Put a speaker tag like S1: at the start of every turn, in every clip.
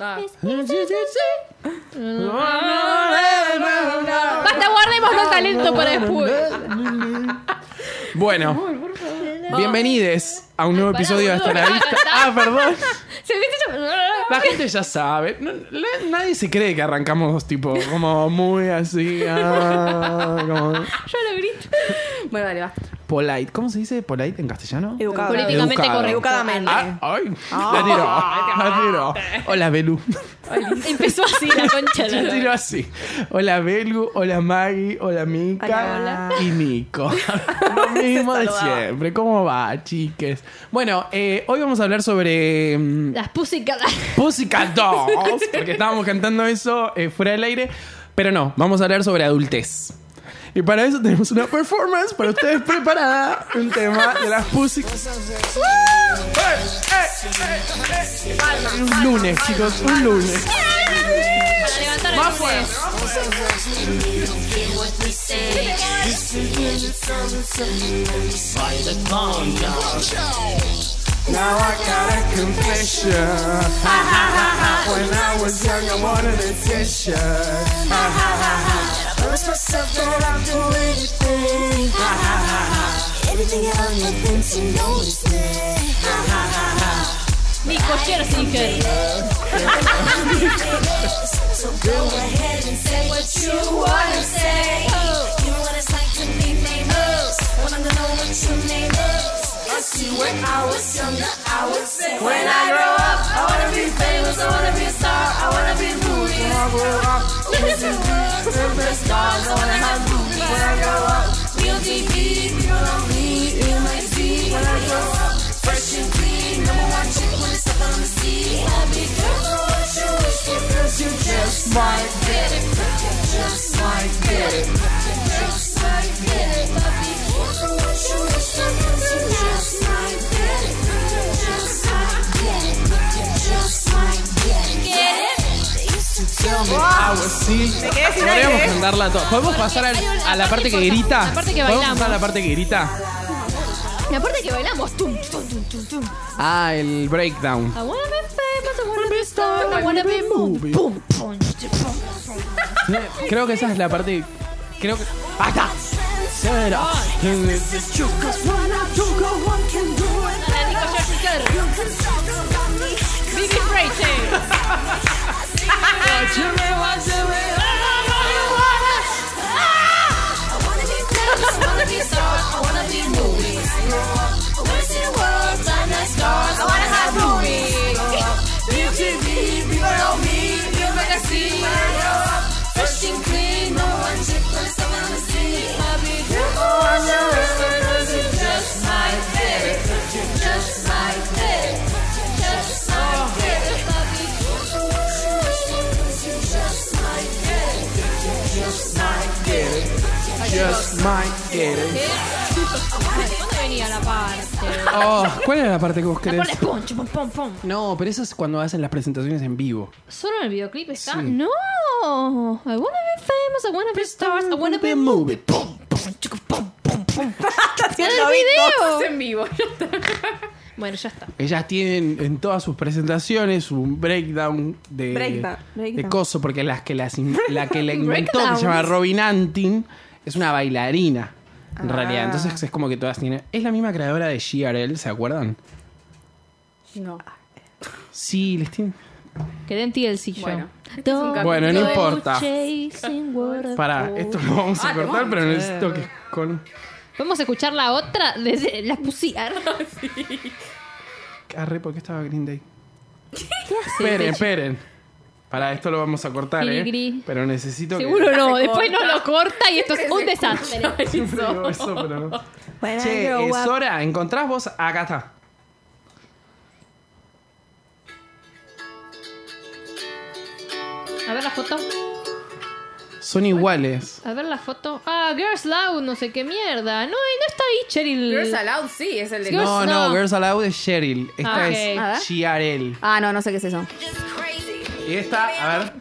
S1: Ah.
S2: Basta, guardemos los talentos para después.
S1: Bueno, bienvenides a un nuevo
S2: Ay, pará,
S1: episodio de
S2: boludo,
S1: Hasta la
S2: no me
S1: Vista.
S2: hagas
S1: Ah, perdón.
S2: Se viste
S1: La gente ya sabe. No- la- nadie se cree que arrancamos tipo como muy así. ah, como-
S2: Yo lo grito.
S3: Bueno, vale, va.
S1: Polite. ¿Cómo se dice polite en castellano?
S2: Eh,
S3: Educado.
S1: Política.
S2: Políticamente
S1: Educado.
S2: correcto.
S3: Educadamente.
S1: Ah, ay,
S2: Ah,
S1: la tiró. La tiró. Hola, Belu.
S2: Empezó así la concha.
S1: La
S2: de
S1: tiró
S2: la-
S1: así. Hola, Belu. Hola, Maggie. Hola, Mika.
S3: Hola,
S1: Y Nico. Lo mismo de
S3: saludaba.
S1: siempre. ¿Cómo va, chiques? Bueno, eh, hoy vamos a hablar sobre. mm,
S2: Las puse cada.
S1: Pussycat Dolls, porque estábamos cantando eso eh, fuera del aire. Pero no, vamos a hablar sobre adultez. Y para eso tenemos una performance para ustedes preparada, un tema de las Pussycat ¡Eh, Un lunes, chicos, un lunes.
S2: Para levantar el
S1: Más
S2: culo.
S1: fuerte. Now I got a confession. When I was young, I wanted attention.
S4: Promise myself that I'll do anything. Everything and I'm nothing to notice me.
S2: Nico Scherzinger.
S4: So go ahead and say what you wanna say. You know what it's like to be nameless. Wanna know what your name is. I see what I was younger, I would say. When I grow up, I wanna be famous. I wanna be a star. I wanna be movies. When I grow up, I wanna be famous stars. I wanna have movies. When I grow up, be on TV, be on me, be on my feet. When I grow up, fresh and clean, number one chick when it's up on the sea. I'll be careful what you wish for, 'cause you just might get it. You just might get it. You just might get it. But be careful what you wish for, 'cause you just might get it. You just might get it. You just might get it. Get it? They used to tell me.
S1: Ah, Sí. Podríamos
S2: ¿eh?
S1: cantarla todo. Podemos pasar al- a la parte que grita.
S2: La parte que
S1: ¿Podemos pasar a la
S2: bailamos.
S1: parte que grita.
S2: Y aparte que bailamos. Tum, tum, tum, tum, tum.
S1: Ah, el breakdown.
S2: I wanna be famous, I wanna be a star, I wanna be movie. Pum, pum, pum.
S1: Creo que esa es la parte. Creo que. ¡Ah, está! Será.
S2: Para Nico Scherzinger. Bibi Freite.
S4: Just my favorite, just my favorite, just my favorite. But be careful what you wish for, 'cause you just might get it. You just might get it.
S1: Just my get it.
S2: ¿Dónde venía la parte?
S1: Oh, ¿Cuál era la parte que vos
S2: La
S1: querés?
S2: parte pum, chum, pum, pum.
S1: No, pero eso es cuando hacen las presentaciones en vivo.
S2: ¿Solo en el videoclip está?
S1: Sí.
S2: No. I wanna be famous, I wanna be stars, I wanna be movie.
S3: Haciendo
S2: video.
S3: beatbox en vivo.
S2: Bueno, ya está.
S1: Ellas tienen en todas sus presentaciones un breakdown de,
S3: Breakdown,
S1: de
S3: breakdown.
S1: cosas, porque las que las in- la que la inventó, que
S2: Breakdowns.
S1: se llama Robin Antin, es una bailarina. En
S3: Ah.
S1: realidad, entonces es como que todas tienen. Es la misma creadora de GRL, ¿se acuerdan?
S3: No.
S1: Sí, les tiene.
S2: Quedé en ti el sillón.
S3: Bueno, este es un cambio.
S1: Bueno, no importa.
S2: Para,
S1: Pará, esto lo vamos a
S3: Ah,
S1: cortar,
S3: no.
S1: pero necesito que con.
S2: ¿Podemos escuchar la otra? Desde la Ah, pusía.
S1: Arre, ¿por qué Ah, estaba Green Day? Esperen, esperen. Para esto lo vamos a cortar, ¿eh?
S2: Gris.
S1: Pero necesito
S2: Seguro
S1: que...
S2: no,
S3: Se
S2: después no
S3: corta.
S2: lo corta y esto es un desastre.
S1: Siempre digo eso, pero no. Che, eh, Sora, ¿encontrás vos? Ah, Acá está.
S2: A ver la foto.
S1: Son iguales.
S2: A ver la foto. Ah, Girls Loud, no sé qué mierda. No, y no está ahí Cheryl.
S3: Girls Aloud sí, es el de...
S2: Girls-
S1: no, no,
S2: no.
S1: Girls Aloud es Cheryl. Esta
S2: Ah,
S3: ok.
S1: es Chiarel.
S3: Ah, no, no sé qué es eso.
S1: Y esta, a ver.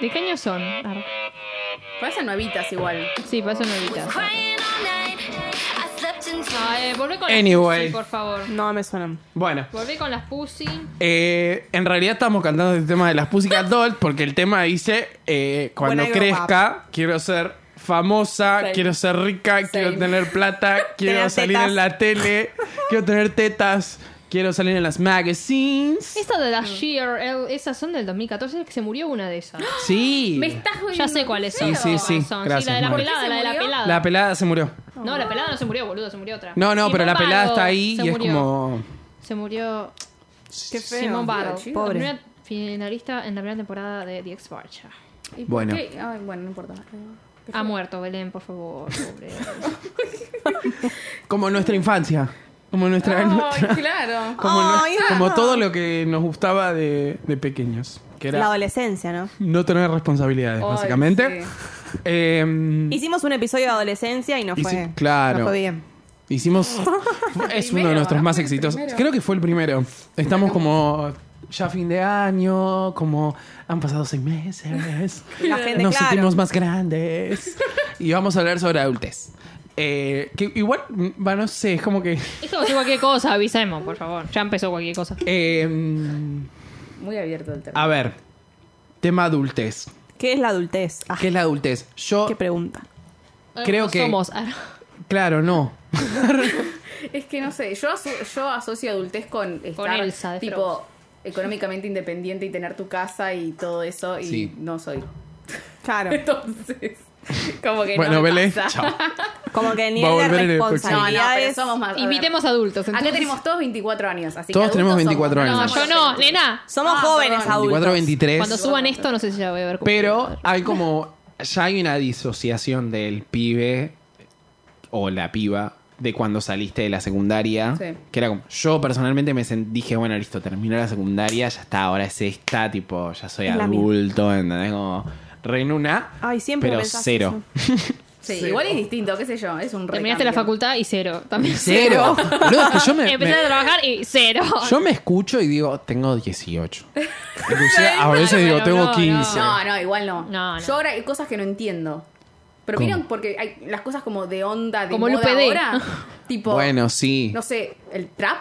S2: ¿De qué año son? Ah,
S3: Parecen nuevitas igual.
S2: Sí, paso novitas.
S4: Crying all night. I slept
S2: No, eh, volví con
S1: Anyway.
S2: las pussy, por favor.
S5: No me suenan.
S1: Bueno,
S2: Volví con las pussy.
S1: eh, en realidad estamos cantando el tema de las músicas adult porque el tema dice, eh, cuando
S5: When I grow
S1: crezca, quiero ser famosa,
S3: Same.
S1: quiero ser rica, quiero tener plata, quiero
S5: Tener
S1: salir
S5: tetas.
S1: en la tele, quiero tener tetas, quiero salir en las magazines.
S2: Esa de las GRL, esas son del 2014, es que se murió una de esas.
S1: Sí.
S3: Me estás jodiendo.
S2: Ya sé cuáles son.
S1: Sí, sí, sí.
S2: cuáles son.
S1: Gracias,
S2: la de la
S1: Mari.
S2: pelada,
S3: ¿Por
S2: la
S3: qué
S2: de
S3: se
S2: la
S3: murió?
S2: pelada.
S1: La pelada se murió.
S2: No, la pelada no se murió, boludo, se murió otra.
S1: No, no,
S2: Simone
S1: pero la pelada
S2: Barlow
S1: está ahí
S2: se
S1: y es
S2: murió.
S1: como...
S2: Se murió
S5: Qué feo.
S2: Simone Barlow.
S3: chido.
S5: Pobre.
S2: La primera finalista en la primera temporada de The X Factor.
S3: ¿Y por
S1: Bueno.
S3: qué? Ay, bueno, no importa.
S2: Ha muerto, Belén, por favor, pobre.
S1: Como nuestra infancia. Como nuestra... nuestra-
S3: Ay, claro.
S1: como,
S5: Ay,
S1: nuestra-
S5: no.
S1: como todo lo que nos gustaba de, de pequeños. Que
S5: La
S1: era
S5: adolescencia, ¿no?
S1: no tener responsabilidades,
S3: Ay,
S1: básicamente.
S3: sí.
S1: Eh,
S5: Hicimos un episodio de adolescencia y no
S1: Hici-
S5: fue.
S1: claro.
S5: No fue bien.
S1: hicimos... es uno de
S3: primero,
S1: nuestros más
S3: fue el
S1: exitosos.
S3: primero.
S1: Creo que fue el primero. Estamos como... Ya fin de año, como han pasado seis meses.
S5: La gente,
S1: Nos
S5: claro.
S1: sentimos más grandes. Y vamos a hablar sobre adultez. Eh, que igual, mm, va, no sé, es como que.
S2: Esto va a ser cualquier cosa, avisemos, por favor. Ya empezó cualquier cosa.
S1: eh, mm,
S3: Muy abierto el tema.
S1: a ver, tema adultez.
S5: ¿Qué es la adultez? Ah,
S1: ¿Qué es la adultez? Yo,
S5: qué pregunta.
S1: Creo
S2: No
S1: que-
S2: Somos. Ah, no.
S1: claro, no.
S3: Es que no sé, yo, aso- yo asocio adultez con estar
S2: Elsa de Frozen.
S3: tipo económicamente independiente y tener tu casa y todo eso y
S1: Sí.
S3: no soy.
S5: Claro.
S3: Entonces, como que
S1: bueno,
S3: no me
S1: Belén,
S3: pasa.
S1: chao.
S5: Como que el
S1: Va a
S5: nivel
S1: volver en
S5: de
S1: el próximo.
S3: No, no, pero
S5: responsabilidades.
S3: somos más. a ver,
S2: Invitemos adultos.
S3: Acá
S2: entonces.
S3: tenemos todos 24 años, así que
S1: Todos tenemos
S3: adultos
S1: 24
S3: somos.
S2: No,
S1: años.
S2: yo no, nena.
S5: Somos
S3: Ah,
S5: jóvenes
S3: perdón.
S5: adultos.
S1: 24, 23.
S2: Cuando suban esto, no sé si ya voy a ver.
S1: Pero hay como. Ya hay una disociación del pibe o la piba de cuando saliste de la secundaria.
S3: Sí.
S1: Que era como. Yo personalmente me sen- dije, bueno, listo, terminó la secundaria, ya está, ahora es esta, tipo, ya soy
S5: Es la mía.
S1: adulto, ¿entendés? Como. Renuna.
S5: Ay, siempre
S1: Pero
S5: pensás
S1: cero.
S3: Sí,
S1: Cero.
S3: igual es distinto, qué sé yo, es un
S2: Terminaste la
S3: recambio.
S2: facultad y cero. También.
S1: Cero. Boludo, es que yo me,
S2: Empecé
S1: me-
S2: a trabajar y cero.
S1: yo me escucho y digo, tengo 18. Inclusive, a veces
S2: Bueno,
S1: digo,
S2: no,
S1: tengo
S2: no.
S1: 15.
S3: No, no, igual no.
S2: No, no.
S3: Yo ahora hay cosas que no entiendo. Pero
S1: ¿Cómo?
S3: vieron, porque hay las cosas como de onda, de
S2: Como
S3: moda
S2: Lupe D.
S3: ahora. tipo,
S1: Bueno, sí.
S3: no sé, el trap.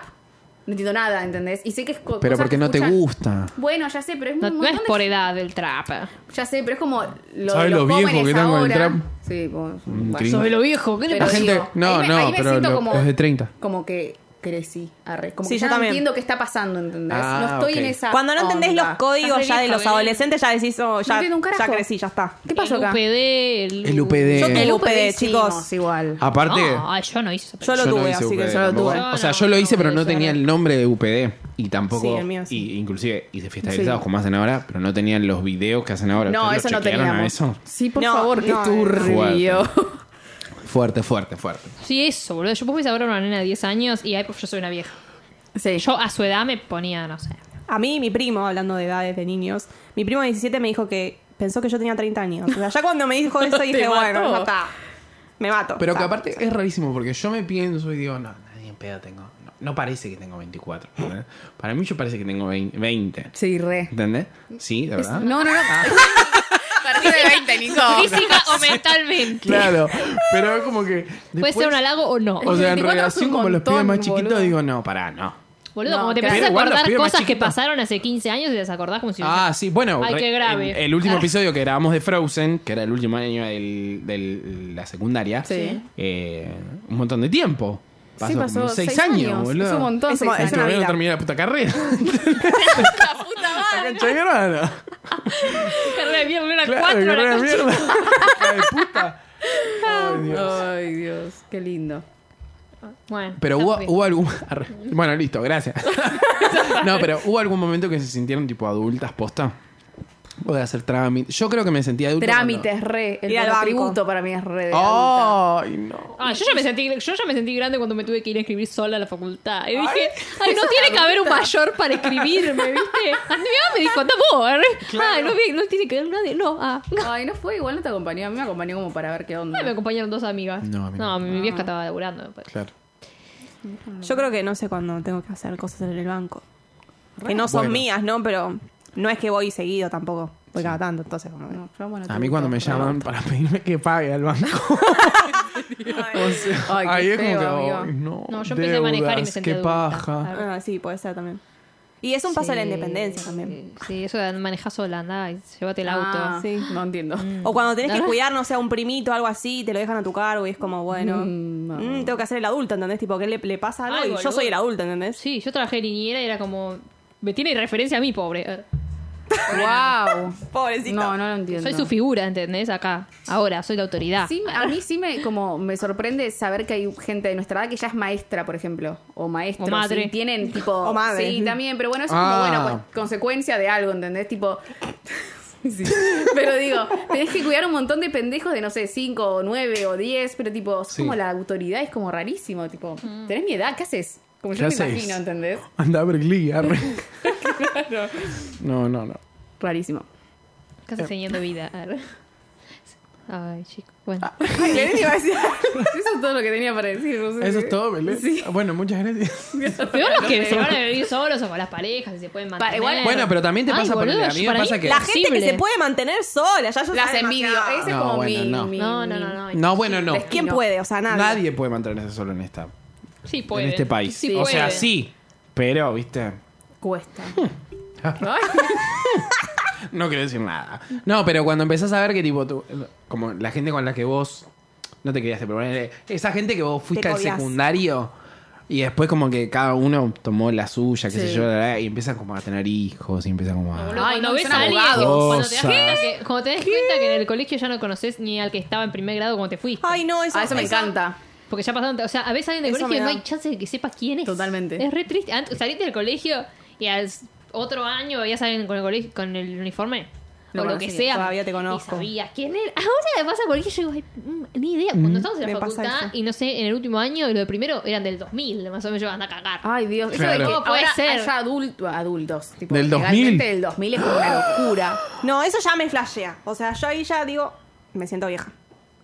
S3: No entiendo nada, ¿entendés? Y sé que es co-
S1: pero
S3: cosa
S1: porque
S3: que
S1: no te
S3: escuchan-
S1: gusta.
S3: Bueno, ya sé, pero es
S2: No,
S3: un
S2: no
S3: montón
S2: es
S3: de-
S2: por edad el trap.
S3: Ya sé, pero es como lo
S1: ¿Sabes
S3: los
S1: lo viejo
S3: jóvenes
S1: que están con el
S3: ahora.
S1: trap?
S3: Sí, bueno,
S1: Un
S3: bueno.
S1: cringe. Soy
S2: lo viejo. ¿Qué
S3: Pero
S1: La gente-
S3: digo,
S1: no,
S3: ahí me-
S1: no,
S3: ahí me
S1: pero
S3: siento
S1: lo-
S3: como-
S1: los de 30.
S3: Como que crecí, arre. Como
S5: Sí,
S3: que
S5: yo
S3: ya
S5: también.
S3: entiendo qué está pasando, ¿entendés?
S1: Ah,
S3: no estoy
S1: ok.
S3: en esa
S5: Cuando no entendés
S3: onda. eh.
S5: los códigos ya de los
S2: Estás re
S5: adolescentes, ya decís, oh, ya,
S3: entiendo un carajo.
S5: ya crecí, ya está.
S3: ¿Qué pasó
S2: el
S3: acá?
S2: UPD. El,
S1: El UPD.
S5: Yo
S3: El
S5: El UPD,
S3: UPD,
S5: chicos.
S3: chicos, igual.
S1: Aparte.
S2: No, ay, yo no hice esa
S5: Yo
S1: Yo
S5: lo
S1: no
S5: tuve,
S1: hice
S5: así que
S1: UPD
S5: yo lo
S1: tampoco.
S5: tuve.
S1: O sea, yo lo hice, pero no tenía el nombre de UPD. Y tampoco.
S5: Sí, el mío sí.
S1: Y, inclusive hice fiestabilizados como hacen ahora, pero no tenían los videos que hacen ahora.
S3: No,
S1: ¿Ustedes
S3: eso
S1: lo
S3: no
S1: chequearon a
S3: teníamos.
S1: eso?
S3: Sí, por
S5: No,
S3: favor,
S5: no,
S3: qué
S1: no.
S3: turbio.
S1: Fuerte, fuerte, fuerte.
S2: Sí, eso, boludo. Yo puedo pensar ahora una nena de 10 años y ay, pues yo soy una vieja.
S3: Sí.
S2: Yo a su edad me ponía, no sé.
S5: A mí, mi primo, hablando de edades de niños, mi primo de 17 me dijo que pensó que yo tenía 30 años. O sea, ya cuando me dijo eso dije,
S3: Te
S5: bueno,
S3: mató.
S5: ya está. Me mato.
S1: Pero que
S5: Está.
S1: aparte es rarísimo porque yo me pienso y digo, no, nadie en pedo tengo. No, no parece que tengo 24. ¿eh? Para mí yo parece que tengo 20.
S3: Sí, re.
S1: ¿Entendés? Sí, de verdad.
S3: ¿Ah? No, no, no. Partido de 20, Nico.
S2: Física o mentalmente.
S1: Claro, pero es como que.
S2: Puede
S1: después-
S2: ser un halago o no.
S1: O sea, en
S3: 24 es un
S1: relación como los pibes
S3: montón,
S1: más chiquitos,
S3: boludo.
S1: digo, no, pará, no.
S2: Boludo,
S3: No,
S2: como te
S3: claro.
S2: empezás a
S1: Pero igual los
S2: acordar
S1: pibes más
S2: cosas que
S1: chiquitos.
S2: pasaron hace 15 años y las acordás como si
S1: Ah, sí, bueno,
S2: Ay,
S1: re-
S2: qué grave.
S1: en el último
S2: Ah.
S1: episodio que grabamos de Frozen, que era el último año de la secundaria,
S3: Sí.
S1: eh, un montón de tiempo. Pasó,
S3: Sí,
S1: como seis, años, boludo.
S3: Es un montón,
S5: Es
S3: seis
S5: como-
S1: Y
S3: años.
S5: es una
S1: todavía no
S5: vida.
S1: terminé la puta carrera. la cancha de mierda.
S2: Carrera de mierda, era
S1: Claro,
S2: cuatro, la
S1: carrera de
S2: concha.
S1: mierda. Hija de puta. Ay, Dios.
S3: Ay, Dios, qué lindo.
S2: Bueno,
S1: Pero
S2: está
S1: hubo,
S2: bien.
S1: hubo algún. Arre. Bueno, listo, gracias. no, pero hubo algún momento que se sintieron tipo adultas, posta. Voy a hacer trámites. Yo creo que me sentía adulto.
S3: Trámites, re. El
S5: Ir al banco.
S3: tributo para mí es re de
S1: cuando-
S3: adulta.
S1: Ay, no.
S2: Ah, yo ya, me sentí, yo ya me sentí grande cuando me tuve que ir a escribir sola a la facultad. Y dije, ay, no tiene que haber un mayor para escribirme, ¿viste? A mi mamá me dijo, anda vos. Ay, no, vi- no tiene que haber nadie. No, ah.
S3: Ay, no fue, igual no te acompañó. A mí me acompañó como para ver qué onda.
S2: Ay, me acompañaron dos amigas.
S1: No, a mí no.
S2: mi, vieja estaba laburando. pues.
S1: Claro.
S5: Yo creo que no sé cuándo tengo que hacer cosas en el banco. Que no son
S1: Bueno.
S5: mías, ¿no? Pero no es que voy seguido tampoco. Voy cada tanto, entonces como que-
S3: No, yo, bueno,
S1: A mí
S3: tributo,
S1: cuando me
S3: re
S1: llaman para pedirme que pague al banco. O sea,
S3: Ay, qué
S1: ahí es
S3: feo,
S1: como que,
S3: amigo.
S1: ay, no,
S2: No, yo empecé a manejar y me
S1: deudas,
S2: sentí
S1: Qué
S2: adulta.
S1: paja.
S5: Ah, sí, puede ser también. Y es un paso a la
S2: Sí.
S5: independencia también.
S2: Sí, eso de manejar sola, anda, y llévate el
S3: Ah,
S2: auto.
S5: sí.
S3: No entiendo.
S5: O cuando tenés que
S3: Ah.
S2: Ajá.
S5: cuidar, no sé, a un primito o algo así, te lo dejan a tu cargo y es como, bueno,
S3: Mm, no.
S5: mm, tengo que hacer el adulto, ¿entendés? Tipo, que le, le pasa algo
S2: Ay,
S5: y yo
S2: boludo.
S5: soy el adulto, ¿entendés?
S2: Sí, yo trabajé de niñera y era como. Me tiene referencia a mí, pobre. Eh,
S3: Wow.
S5: Pobrecito.
S3: No, no lo entiendo.
S2: Soy su figura, ¿entendés? Acá. Ahora, soy la autoridad.
S3: Sí, a mí sí me como me sorprende saber que hay gente de nuestra edad que ya es maestra, por ejemplo, o maestro,
S2: O madre.
S3: sí, tienen tipo
S5: O madre.
S3: Sí, también, pero bueno, eso
S1: Ah.
S3: es como bueno, pues, consecuencia de algo, ¿entendés? Tipo sí. Pero digo, tenés que cuidar un montón de pendejos de no sé, 5 o 9 o 10, pero tipo, sos
S1: Sí.
S3: como la autoridad es como rarísimo, tipo,
S2: Mm.
S3: tenés mi edad, ¿qué haces? Como
S1: ¿Qué
S3: yo me
S1: haces?
S3: imagino, ¿entendés?
S1: Anda a Berkeley, arre. No, no, no.
S3: Rarísimo.
S2: Casi enseñando vida. A ver. Ay, chico. Bueno.
S5: Ay, Belén iba a decir-
S3: Eso es todo lo que tenía para decir, no sé.
S1: Eso es todo, Belén.
S3: Sí.
S1: Bueno, muchas gracias.
S2: Peor los que se van a vivir solos o con las parejas, si se pueden mantener.
S3: Pa- igual-
S1: Bueno, pero también te pasa por el- a mí me
S2: para
S1: pasa que-
S5: La gente que
S2: imposible.
S5: se puede mantener sola, ya yo
S3: Las
S5: sabía
S3: envidio.
S5: demasiado.
S3: Ese es
S1: No,
S3: como
S1: bueno,
S3: mi,
S1: no.
S3: mi-
S2: No, no,
S3: mi-
S2: no, no.
S1: No, bueno, no.
S3: Les-
S5: ¿Quién
S3: No.
S5: puede? O sea, nadie.
S1: Nadie puede mantenerse solo en esta
S2: Sí puede.
S1: en este país.
S2: Sí
S1: o
S2: puede.
S1: sea, sí, pero, viste,
S3: Cuesta.
S1: no quiero decir nada. No, pero cuando empezás a ver que tipo tú, como la gente con la que vos no te querías, pero ponele, esa gente que vos fuiste
S5: Te
S1: al
S5: cobiás.
S1: secundario y después como que cada uno tomó la suya, qué sé
S3: Sí.
S1: yo, la- la- y empiezan como a tener hijos y empiezan como a...
S2: Ay,
S3: no,
S2: no ves
S3: son
S2: a alguien.
S3: abogados.
S2: Cuando te das
S1: Cosas.
S2: cuenta que, cuando te das cuenta que en el colegio ya no conoces ni al que estaba en primer grado cuando te fuiste.
S5: Ay, no, eso,
S3: Ah, eso me encanta.
S2: Porque ya pasaron. O sea, a veces alguien del
S5: Eso
S2: colegio
S5: me
S2: no
S5: da.
S2: hay chance de que sepas quién es.
S3: Totalmente.
S2: Es re triste. Antes, saliste del colegio y al s- otro año ya salen con el colegio, con el uniforme.
S3: Lo
S2: o lo
S3: conocí,
S2: que sea.
S5: todavía te
S2: Y
S5: conozco.
S2: sabías quién era. Ahora me pasa porque yo digo, ay, mm, ni idea. Cuando estamos en la
S5: me pasa
S2: facultad
S5: eso.
S2: y no sé, en el último año, lo de primero eran del 2000, más o menos yo anda a cagar.
S5: Ah.
S3: Ay, Dios. Eso
S1: Claro.
S3: de que
S2: ¿Cómo puede
S3: ahora
S2: ser?
S3: haya adulto- adultos. Tipo,
S1: Del
S3: legalmente
S1: 2000.
S3: Del 2000 es como una locura.
S5: No, eso ya me flashea. O sea, yo ahí ya digo, me siento vieja.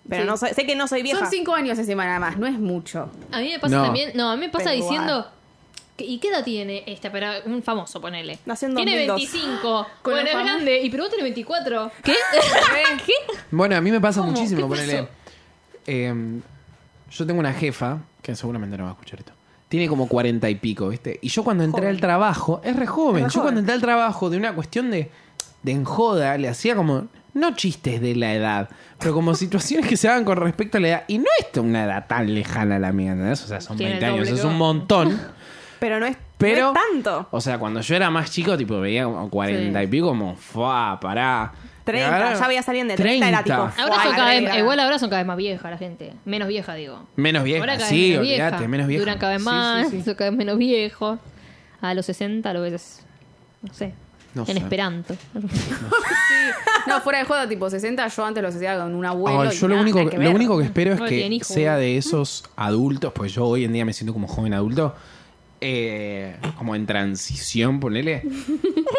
S5: Pero
S3: Sí.
S5: no soy- sé que no soy vieja.
S3: Son cinco años encima nada más, no es mucho.
S2: A mí me pasa
S1: No.
S2: también, no, a mí me pasa
S5: Pero
S2: diciendo, que- ¿y qué edad tiene esta? Pero un famoso, ponele.
S5: Nació en
S2: tiene
S5: 2002.
S2: 25,
S3: Con
S2: bueno,
S3: los
S2: es
S3: famosos.
S2: grande, y pero vos tenés 24. ¿Qué? ¿Qué?
S1: Bueno, a mí me pasa
S2: ¿Cómo?
S1: muchísimo,
S2: ¿Qué
S1: ponele.
S2: pasó?
S1: eh, yo tengo una jefa, que seguramente no va a escuchar esto. Tiene como cuarenta y pico, ¿viste? Y yo cuando entré
S5: Joven.
S1: al trabajo, es re joven.
S5: Es re
S1: yo
S5: joven.
S1: cuando entré al trabajo de una cuestión de, de enjoda, le hacía como, no chistes de la edad, pero como situaciones que se hagan con respecto a la edad. Y no es una edad tan lejana a la mía, ¿entendés? O sea, son
S2: Tiene el
S1: 20 años,
S2: doble
S1: es
S2: que
S1: un
S2: vos.
S1: montón.
S5: Pero no es,
S1: Pero.
S5: no es tanto.
S1: O sea, cuando yo era más chico, tipo, veía como 40 y pico, como, fa, pará.
S5: 30,
S1: Y ahora-
S5: ya veía alguien de 30, era tipo,
S2: Ahora
S5: Ay,
S2: son cada vez,
S5: negra.
S2: igual ahora son cada vez más viejas la gente, menos vieja digo.
S1: Menos vieja,
S2: ahora cada vez
S1: sí,
S2: menos vieja.
S1: olvídate, menos vieja.
S2: Duran cada vez
S1: Sí,
S2: más,
S1: sí, sí.
S2: son cada vez menos viejos. A los 60 lo ves, no sé,
S1: No
S2: en
S1: sé.
S2: Esperanto.
S3: No, fuera de joda, tipo 60, yo antes los hacía con un abuelo.
S1: Ahora,
S3: y
S1: yo lo
S3: nada,
S1: único,
S3: nada
S1: que,
S3: que
S1: lo
S3: ver.
S1: único que espero es
S2: No
S1: que
S2: tiene hijo,
S1: sea
S2: boludo.
S1: de esos adultos, pues yo hoy en día me siento como joven adulto, eh, como en transición, ponele,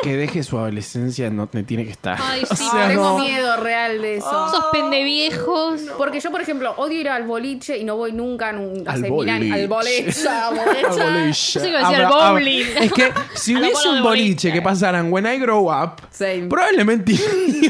S1: que deje su adolescencia no te tiene que estar.
S2: Ay, sí,
S3: Ah, tengo
S1: como-
S3: miedo real de eso.
S2: Sos pendeviejos.
S3: Porque yo, por ejemplo, odio ir al boliche y no voy nunca, nun-
S1: Al
S3: hace mil años.
S1: boliche.
S3: Al boliche. al boliche.
S1: Al boliche.
S2: Yo sé que iba a decir al
S1: Habrá-
S2: bowling.
S1: habrá- Es que si
S2: A la
S1: hubiese
S2: bola
S1: un
S2: de
S1: boliche
S2: boliche.
S1: que pasaran When I Grow Up,
S3: Same.
S1: probablemente.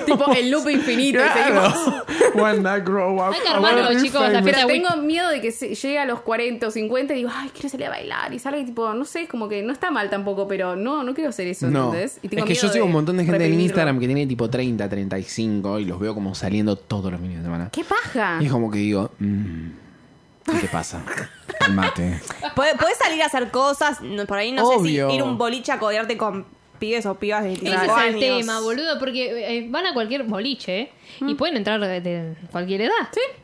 S3: tipo el loop infinito. y seguimos.
S1: Claro. When I Grow Up.
S2: Hay que
S1: I
S2: armarlo,
S1: wanna be
S2: chicos, la
S1: famous.
S2: fiesta
S3: Pero
S2: Esa
S3: tengo miedo de que se- llegue a los 40 o 50 y digo, ay, quiero salir a bailar. Y salgo y tipo, no sé, es como que no está mal tampoco, pero no, no quiero hacer eso,
S1: No.
S3: ¿entendés? Y tengo
S1: es que yo
S3: miedo
S1: sigo un montón de gente en
S3: reprimirlo.
S1: Instagram que tiene tipo 30, 35 y los veo como saliendo todos los fines de semana.
S3: ¡Qué paja!
S1: Y es como que digo, mm, ¿qué te pasa? Mate.
S5: Puede- Puedes salir a hacer cosas, no- por ahí no
S1: Obvio.
S5: sé si ir a un boliche a codearte con pibes o pibas de 25
S2: Ese es
S5: años.
S2: el tema, boludo, porque eh, van a cualquier boliche ¿eh?
S3: Mm.
S2: y pueden entrar de, de cualquier edad.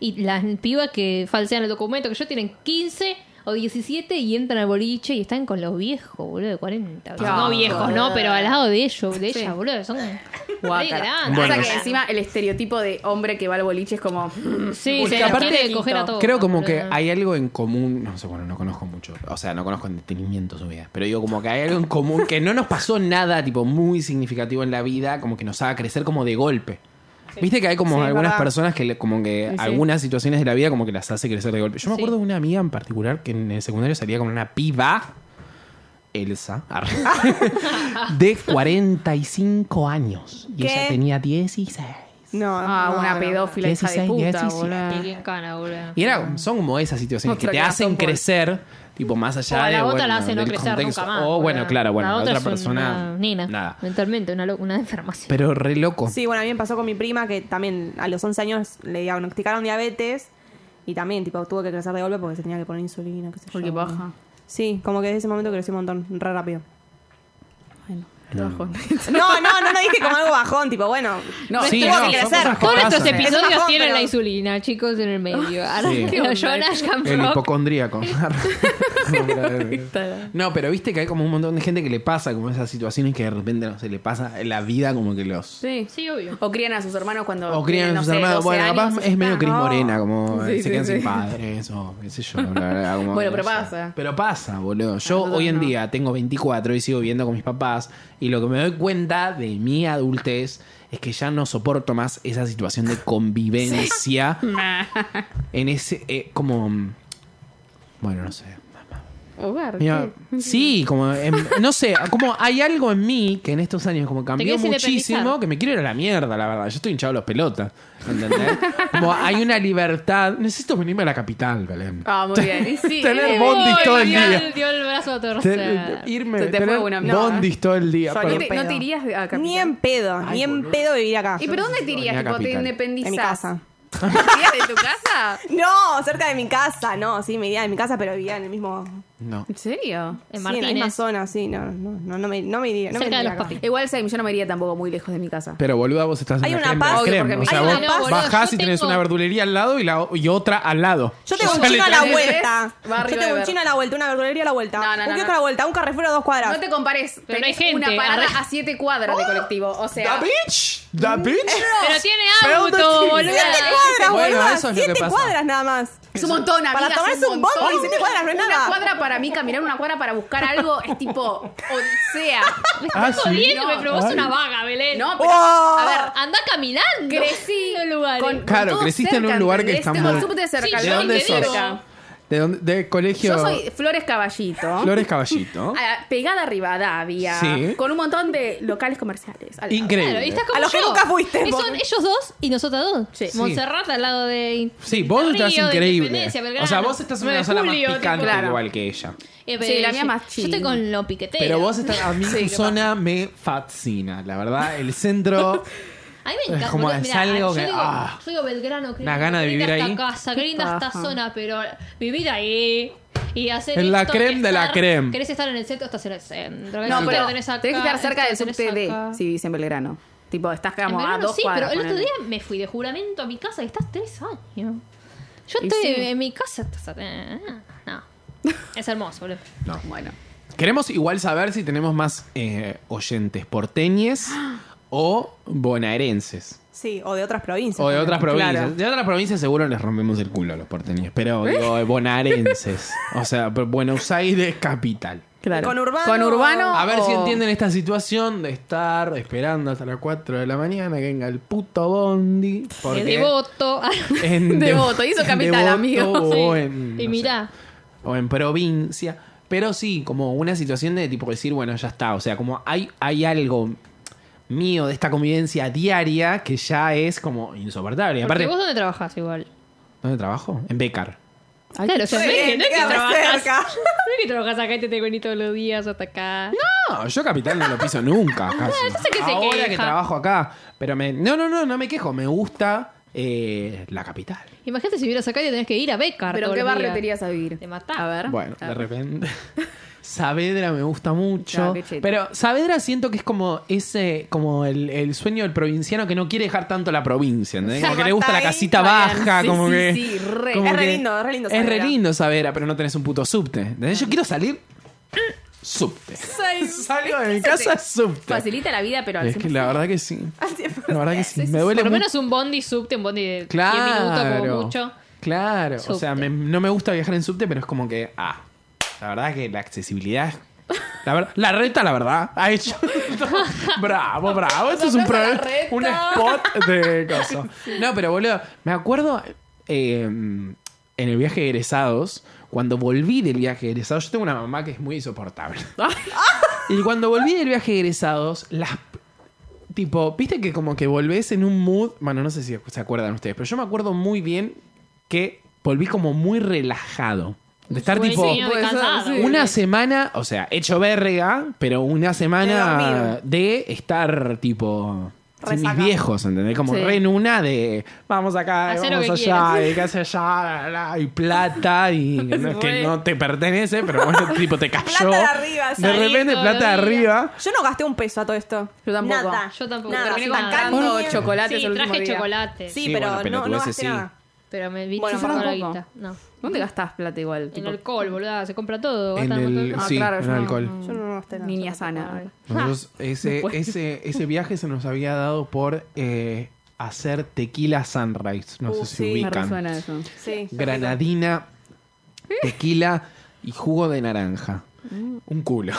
S2: Y las pibas que falsean el documento, que yo tienen 15 o 17 y entran al boliche y están con los viejos, boludo, de 40. O sea,
S3: Claro.
S2: no viejos, no, pero al lado de ellos, de ellas, boludo, son re
S3: Guácala.
S2: grandes.
S1: Bueno,
S3: o sea que
S1: sí.
S3: encima el estereotipo de hombre que va al boliche es como. mm,
S2: Sí,
S3: Porque
S2: se las
S3: aparte-
S2: quiere coger a todos.
S1: Creo como que
S2: boludo.
S1: hay algo en común, no sé, bueno, no conozco mucho, o sea, no conozco en detenimiento su vida, pero digo como que hay algo en común que no nos pasó nada tipo muy significativo en la vida, como que nos haga crecer como de golpe. Viste que hay como
S5: Sí, es
S1: algunas
S5: verdad.
S1: personas que le- como que
S3: Sí, sí.
S1: algunas situaciones de la vida como que las hace crecer de golpe. Yo me
S2: Sí.
S1: acuerdo de una amiga en particular que en el secundario salía con una piba Elsa arre, de 45 años y
S5: ¿Qué?
S1: ella tenía 16.
S5: No,
S3: Ah,
S5: no,
S3: una
S5: no.
S3: pedófila hija de
S1: 16,
S3: puta,
S2: Que
S1: 17.
S3: boludo.
S2: bien cana, boludo.
S1: Y era, son como esas situaciones
S3: Nuestra
S1: que te
S3: que la
S1: hacen
S3: softball.
S1: crecer, tipo más allá
S2: O a
S1: de.
S2: la otra
S1: bueno,
S2: la hace no
S1: del
S2: crecer
S1: contexto.
S2: nunca más.
S1: O "Oh, bueno,
S2: boludo.
S1: claro, bueno, la otra,
S2: es
S1: persona.
S2: Una nena.
S1: Nada.
S2: Mentalmente, una, lo- una enfermación.
S1: Pero re loco.
S5: Sí, bueno, a mí me pasó con mi prima que también a los 11 años le diagnosticaron diabetes y también, tipo, tuvo que crecer de golpe porque se tenía que poner insulina, qué sé yo.
S3: Porque baja.
S5: Sí, como que desde ese momento creció un montón, re rápido.
S3: Ay, no. Trabajo.
S5: No, no, no lo dije como algo bajón, tipo, bueno,
S3: No,
S1: Sí,
S5: tuvo
S1: no,
S5: que
S1: son
S5: crecer.
S1: cosas
S2: Todos
S1: que pasan. ¿eh?
S2: nuestros
S1: Es
S2: episodios
S5: bajón,
S2: tienen
S5: pero-
S2: la insulina, chicos, en el medio. Ahora
S1: Sí.
S2: que lo Jonas
S1: El
S2: Gamrock.
S1: hipocondríaco. eh. no, pero viste que hay como un montón de gente que le pasa como esas situaciones que de repente no se le pasa la vida como que los.
S3: Sí.
S2: Sí, obvio.
S3: O crían a sus hermanos cuando.
S1: O crían
S3: tienen,
S1: a sus
S3: no sé,
S1: hermanos.
S3: 12
S1: Bueno, capaz
S3: años,
S1: es medio
S3: está.
S1: Cris
S5: No.
S1: Morena, como
S3: Sí,
S1: eh, se
S3: sí,
S1: quedan
S3: sí.
S1: sin padres o qué sé yo. la verdad, como-
S3: Bueno, pero
S1: no sé.
S3: pasa.
S1: Pero pasa, boludo. Yo
S3: nosotros
S1: hoy en
S3: no.
S1: día tengo 24 y sigo viviendo con mis papás. Y lo que me doy cuenta de mi adultez es que ya no soporto más esa situación de convivencia en ese. eh, como. Bueno, no sé.
S3: Hogar.
S1: Mira, sí, como em, no sé, como hay algo en mí que en estos años como cambió
S2: querés
S1: muchísimo
S2: independizar.
S1: que me quiero ir a la mierda, la verdad. Yo estoy hinchado a los pelotas, ¿entendés? Como hay una libertad. Necesito venirme a la capital, Belén.
S3: Ah, muy bien. Y sí,
S1: Tener
S3: eh,
S1: bondis
S2: Uy,
S1: todo el
S2: dio
S1: día.
S2: Dio el brazo a
S1: Te-
S2: torcer. Eh,
S1: irme,
S3: Te- te fue
S1: tener
S3: una- no,
S1: bondis todo el día.
S5: Yo
S1: pero-
S3: ¿No
S5: ni
S3: te, no te irías a Capital?
S5: Ni en pedo, ni en pedo vivir acá.
S3: ¿Y pero dónde te irías?
S1: Ni a
S3: Tipo, ¿Te
S1: Capital.
S5: en mi
S3: independizás?
S5: casa.
S3: ¿Te irías de tu casa?
S5: No, cerca de mi casa, no, sí, me iría de mi casa, pero vivía en el mismo.
S1: No.
S3: ¿En serio?
S2: En
S5: sí, en la misma
S2: Martínez.
S5: zona, sí, no, no, no, no me, no me iría. No me
S2: Cerca de
S5: iría
S2: los
S5: acá.
S2: papis.
S3: Igual, Sam, yo no me iría tampoco muy lejos de mi casa.
S1: Pero boluda, vos estás en
S5: Hay
S1: la
S5: una
S1: creme de la
S5: paz,
S1: creme.
S3: porque
S1: O
S3: me-
S1: sea,
S5: Hay
S1: vos
S5: una paz, boludo,
S1: bajás
S2: yo
S1: y tenés
S2: tengo-
S1: una verdulería al lado y, la, y otra al lado.
S5: Yo tengo un
S3: soy
S5: chino a la
S3: Berlín.
S5: vuelta.
S3: Barrio
S5: Yo tengo
S3: de
S5: un chino a la vuelta, una verdulería a la vuelta.
S3: No, no, no,
S5: un kiosco
S3: no.
S5: a la vuelta, un Carrefour a dos cuadras.
S3: No te compares.
S2: Pero no hay
S3: Tenés Una
S2: gente.
S3: parada
S2: Arre-
S3: a siete cuadras de colectivo. O sea,
S1: ¡Da bitch! ¡Da bitch!
S2: Pero tiene
S1: Pero
S2: auto,
S1: no
S2: boludo.
S1: tiene-
S5: ¡Siete cuadras,
S1: Bueno,
S5: boluda!
S1: eso es lo que
S5: ¡Siete
S1: pasa.
S5: cuadras nada más!
S3: es un montón,
S5: Para
S3: amigas,
S5: tomarse un
S3: montón.
S5: bondi, siete cuadras, no es
S3: Una
S5: nada.
S3: cuadra para mí, caminar una cuadra para buscar algo es tipo odisea.
S1: Ah, sí.
S2: Jodiendo, me probás
S1: Ay.
S2: una vaga, Belén.
S3: No, pero,
S5: Oh.
S3: a ver,
S2: Andá caminando.
S3: crecí
S2: en eh. los lugares.
S3: con- con
S1: Claro,
S3: todo
S1: creciste en un
S3: cerca,
S1: lugar que
S3: ¿entendés?
S1: está
S3: Tengo el
S1: muy-
S3: subte cerca,
S2: Sí,
S3: el
S1: ¿De
S2: yo
S1: dónde
S2: ni te
S1: sos?
S3: bondi
S2: digo.
S3: cerca.
S1: ¿De dónde? ¿De colegio?
S3: Yo soy Flores Caballito.
S1: Flores Caballito.
S3: a- pegada a Rivadavia.
S1: Sí.
S3: Con un montón de locales comerciales. al lado.
S1: Increíble.
S2: Claro, y estás como
S5: A los que
S2: yo.
S5: nunca fuiste,
S2: Y
S5: vos.
S2: son ellos dos y nosotras dos.
S3: Sí.
S2: Montserrat al lado de.
S1: Sí, vos
S2: de
S1: estás
S2: Río, de
S1: increíble.
S2: Independencia, Belgrano.
S1: O sea, vos estás en
S2: Nueve
S1: una
S2: de
S1: zona más
S2: Julio, tipo,
S1: picante
S3: claro.
S1: igual que ella.
S2: Eh,
S3: Sí, la
S2: yo-
S3: mía más
S2: Yo
S3: chill.
S2: estoy con lo piquetero.
S1: Pero vos estás, a mí
S3: Sí,
S1: tu
S3: capaz.
S1: zona me fascina, la verdad. El centro,
S2: A mí me encanta.
S1: Es como
S2: porque,
S1: es
S2: mirá,
S1: algo
S2: yo
S1: que-
S2: digo,
S1: ah.
S2: yo digo Belgrano. que
S1: Una gana de vivir
S2: esta
S1: ahí.
S2: casa,
S3: Qué
S2: qué linda esta
S3: paja.
S2: zona, pero vivir ahí. Y hacer
S1: En la
S2: esto,
S1: creme
S2: que
S1: de la
S2: estar-
S1: creme.
S2: Querés estar en el centro, estás en el centro.
S3: No,
S2: Esto
S3: pero
S2: lo
S3: tenés
S2: acá,
S3: que estar cerca del
S2: esto lo
S3: subte
S2: tenés
S3: D
S2: acá.
S3: si vivís en Belgrano. Tipo, estás
S2: En
S3: como a
S2: verano
S3: dos
S2: sí,
S3: cuadras.
S2: pero el otro
S3: ponele.
S2: día me fui de juramento a mi casa y estás tres años. Yo
S3: Y
S2: estoy
S3: sí.
S2: en mi casa. Estás a- eh, No. Es hermoso, boludo.
S1: No.
S3: Bueno.
S1: Queremos igual saber si tenemos más eh, oyentes porteñes o bonaerenses.
S5: Sí, o de otras provincias.
S1: O de otras provincias.
S3: Claro.
S1: De otras provincias seguro les rompemos el culo a los porteños. Pero digo, eh, bonaerenses. O sea, por Buenos Aires capital.
S3: Claro.
S5: Con urbano-
S3: Con urbano.
S1: A ver si
S2: Oh.
S3: o-
S1: entienden esta situación de estar esperando hasta las 4 de la mañana que venga el puto bondi.
S2: Es
S1: porque-
S2: devoto.
S1: En
S3: Devoto, hizo capital,
S1: Devoto
S3: amigo.
S1: O
S2: Sí.
S1: en,
S2: Y
S1: no
S2: mirá.
S1: sé, o en provincia. Pero sí, como una situación de tipo decir, bueno, ya está. O sea, como hay, hay algo mío de esta convivencia diaria que ya es como insoportable. Y
S2: Porque
S1: aparte,
S2: vos dónde trabajás igual.
S1: ¿dónde trabajo? En Becar.
S2: claro, o sea, no
S5: Muy
S2: es que,
S5: bien,
S2: no es que
S5: te queda más
S2: trabajás.
S5: cerca.
S2: No es que trabajás acá y te tengo que venir todos los días hasta acá.
S1: No, yo Capital no lo piso nunca. casi.
S2: entonces Ah, que se
S1: Ahora que
S2: queja.
S1: trabajo acá. Pero me, no, no, no, no me quejo. Me gusta eh, la Capital.
S2: Imagínate si vivieras acá y te tenés que ir a Becar.
S3: ¿Pero en
S2: todos
S3: qué
S2: los
S3: barrio
S2: días.
S3: te irías a vivir?
S2: Te matás.
S3: A ver.
S1: Bueno,
S3: A
S1: de
S3: ver.
S1: repente. Saavedra me gusta mucho.
S3: No, qué cheto.
S1: pero Saavedra siento que es como ese, como el, el sueño del provinciano que no quiere dejar tanto la provincia, ¿entendés? Como que le gusta la
S5: Está ahí,
S1: casita
S3: está bien.
S1: baja,
S3: Sí,
S1: como
S3: sí,
S1: que.
S3: sí, re.
S1: como
S5: Es re
S1: que-
S5: lindo, es re lindo
S1: Es re
S5: Saavedra.
S1: lindo Saavedra, pero no tenés un puto subte. ¿entendés? Yo quiero salir subte. Salgo de mi casa subte.
S3: Facilita la vida, pero al
S1: Es que
S3: 100%.
S1: la verdad que sí. La verdad que sí. Me
S2: Por
S1: duele
S2: lo
S1: mucho.
S2: menos un bondi subte, un bondi de 10 minutos
S1: Claro.
S2: como mucho.
S1: Claro. O sea,
S2: Subte.
S1: me- no me gusta viajar en subte, pero es como que. Ah. La verdad que la accesibilidad. es- La, ver- la reta, la verdad, ha hecho. bravo, bravo. Esto es un,
S3: aplauso a la
S1: pro-
S3: reta.
S1: un spot de cosas. No, pero boludo, me acuerdo eh, en el viaje de egresados, cuando volví del viaje de egresados, yo tengo una mamá que es muy insoportable. Y cuando volví del viaje de egresados, las... tipo, viste que como que volvés en un mood, bueno, no sé si se acuerdan ustedes, pero yo me acuerdo muy bien que volví como muy relajado. De estar
S2: Fue
S1: tipo
S2: el señor
S3: Puede ser,
S2: cansado.
S3: sí.
S1: una semana, o sea, hecho verga, pero una semana
S5: dormido.
S1: de, estar tipo sin mis
S5: Resaca.
S1: viejos, ¿entendés? Como
S3: Sí.
S1: re en una de vamos acá, y
S2: Hacé lo
S1: vamos
S2: que
S1: allá,
S2: quieras.
S1: y qué hace allá, la, la, y plata, y no es que
S3: Re.
S1: no te pertenece, pero bueno, tipo te cayó.
S5: Plata de arriba,
S1: de
S5: salí
S1: repente,
S2: todo
S1: plata de
S2: el día.
S1: arriba.
S5: Yo no gasté un peso a todo esto.
S3: Yo tampoco.
S5: Nada.
S2: Yo tampoco.
S5: Nada.
S2: Terminé
S5: Hasta
S2: comprando
S5: acá.
S3: chocolate.
S2: Sí,
S3: Chocolates el último
S2: traje
S3: día.
S2: chocolate.
S5: Sí,
S1: Sí, bueno,
S5: pero no, no
S1: pelotudeces,
S5: gasté
S1: sí.
S5: nada.
S2: Pero me vi
S5: Bueno,
S2: se me
S5: pero
S2: acabó la
S3: tampoco.
S2: guita. No.
S3: ¿Dónde gastás plata igual?
S2: En
S3: Tipo,
S2: alcohol, boluda. Se compra todo.
S1: En
S2: gasta
S1: el,
S2: todo.
S3: Ah,
S1: sí,
S3: claro,
S1: en
S3: yo no-
S1: alcohol.
S5: Yo no gasté nada.
S3: Niña sana. eh.
S1: Nosotros, ese,
S3: puede
S1: ese, ese viaje se nos había dado por eh, hacer tequila sunrise. No sé
S5: Uh,
S1: si
S5: sí, me
S3: Me
S1: ubican.
S3: resuena eso.
S5: Sí.
S1: granadina, tequila y jugo de naranja.
S5: Mm.
S1: Un culo.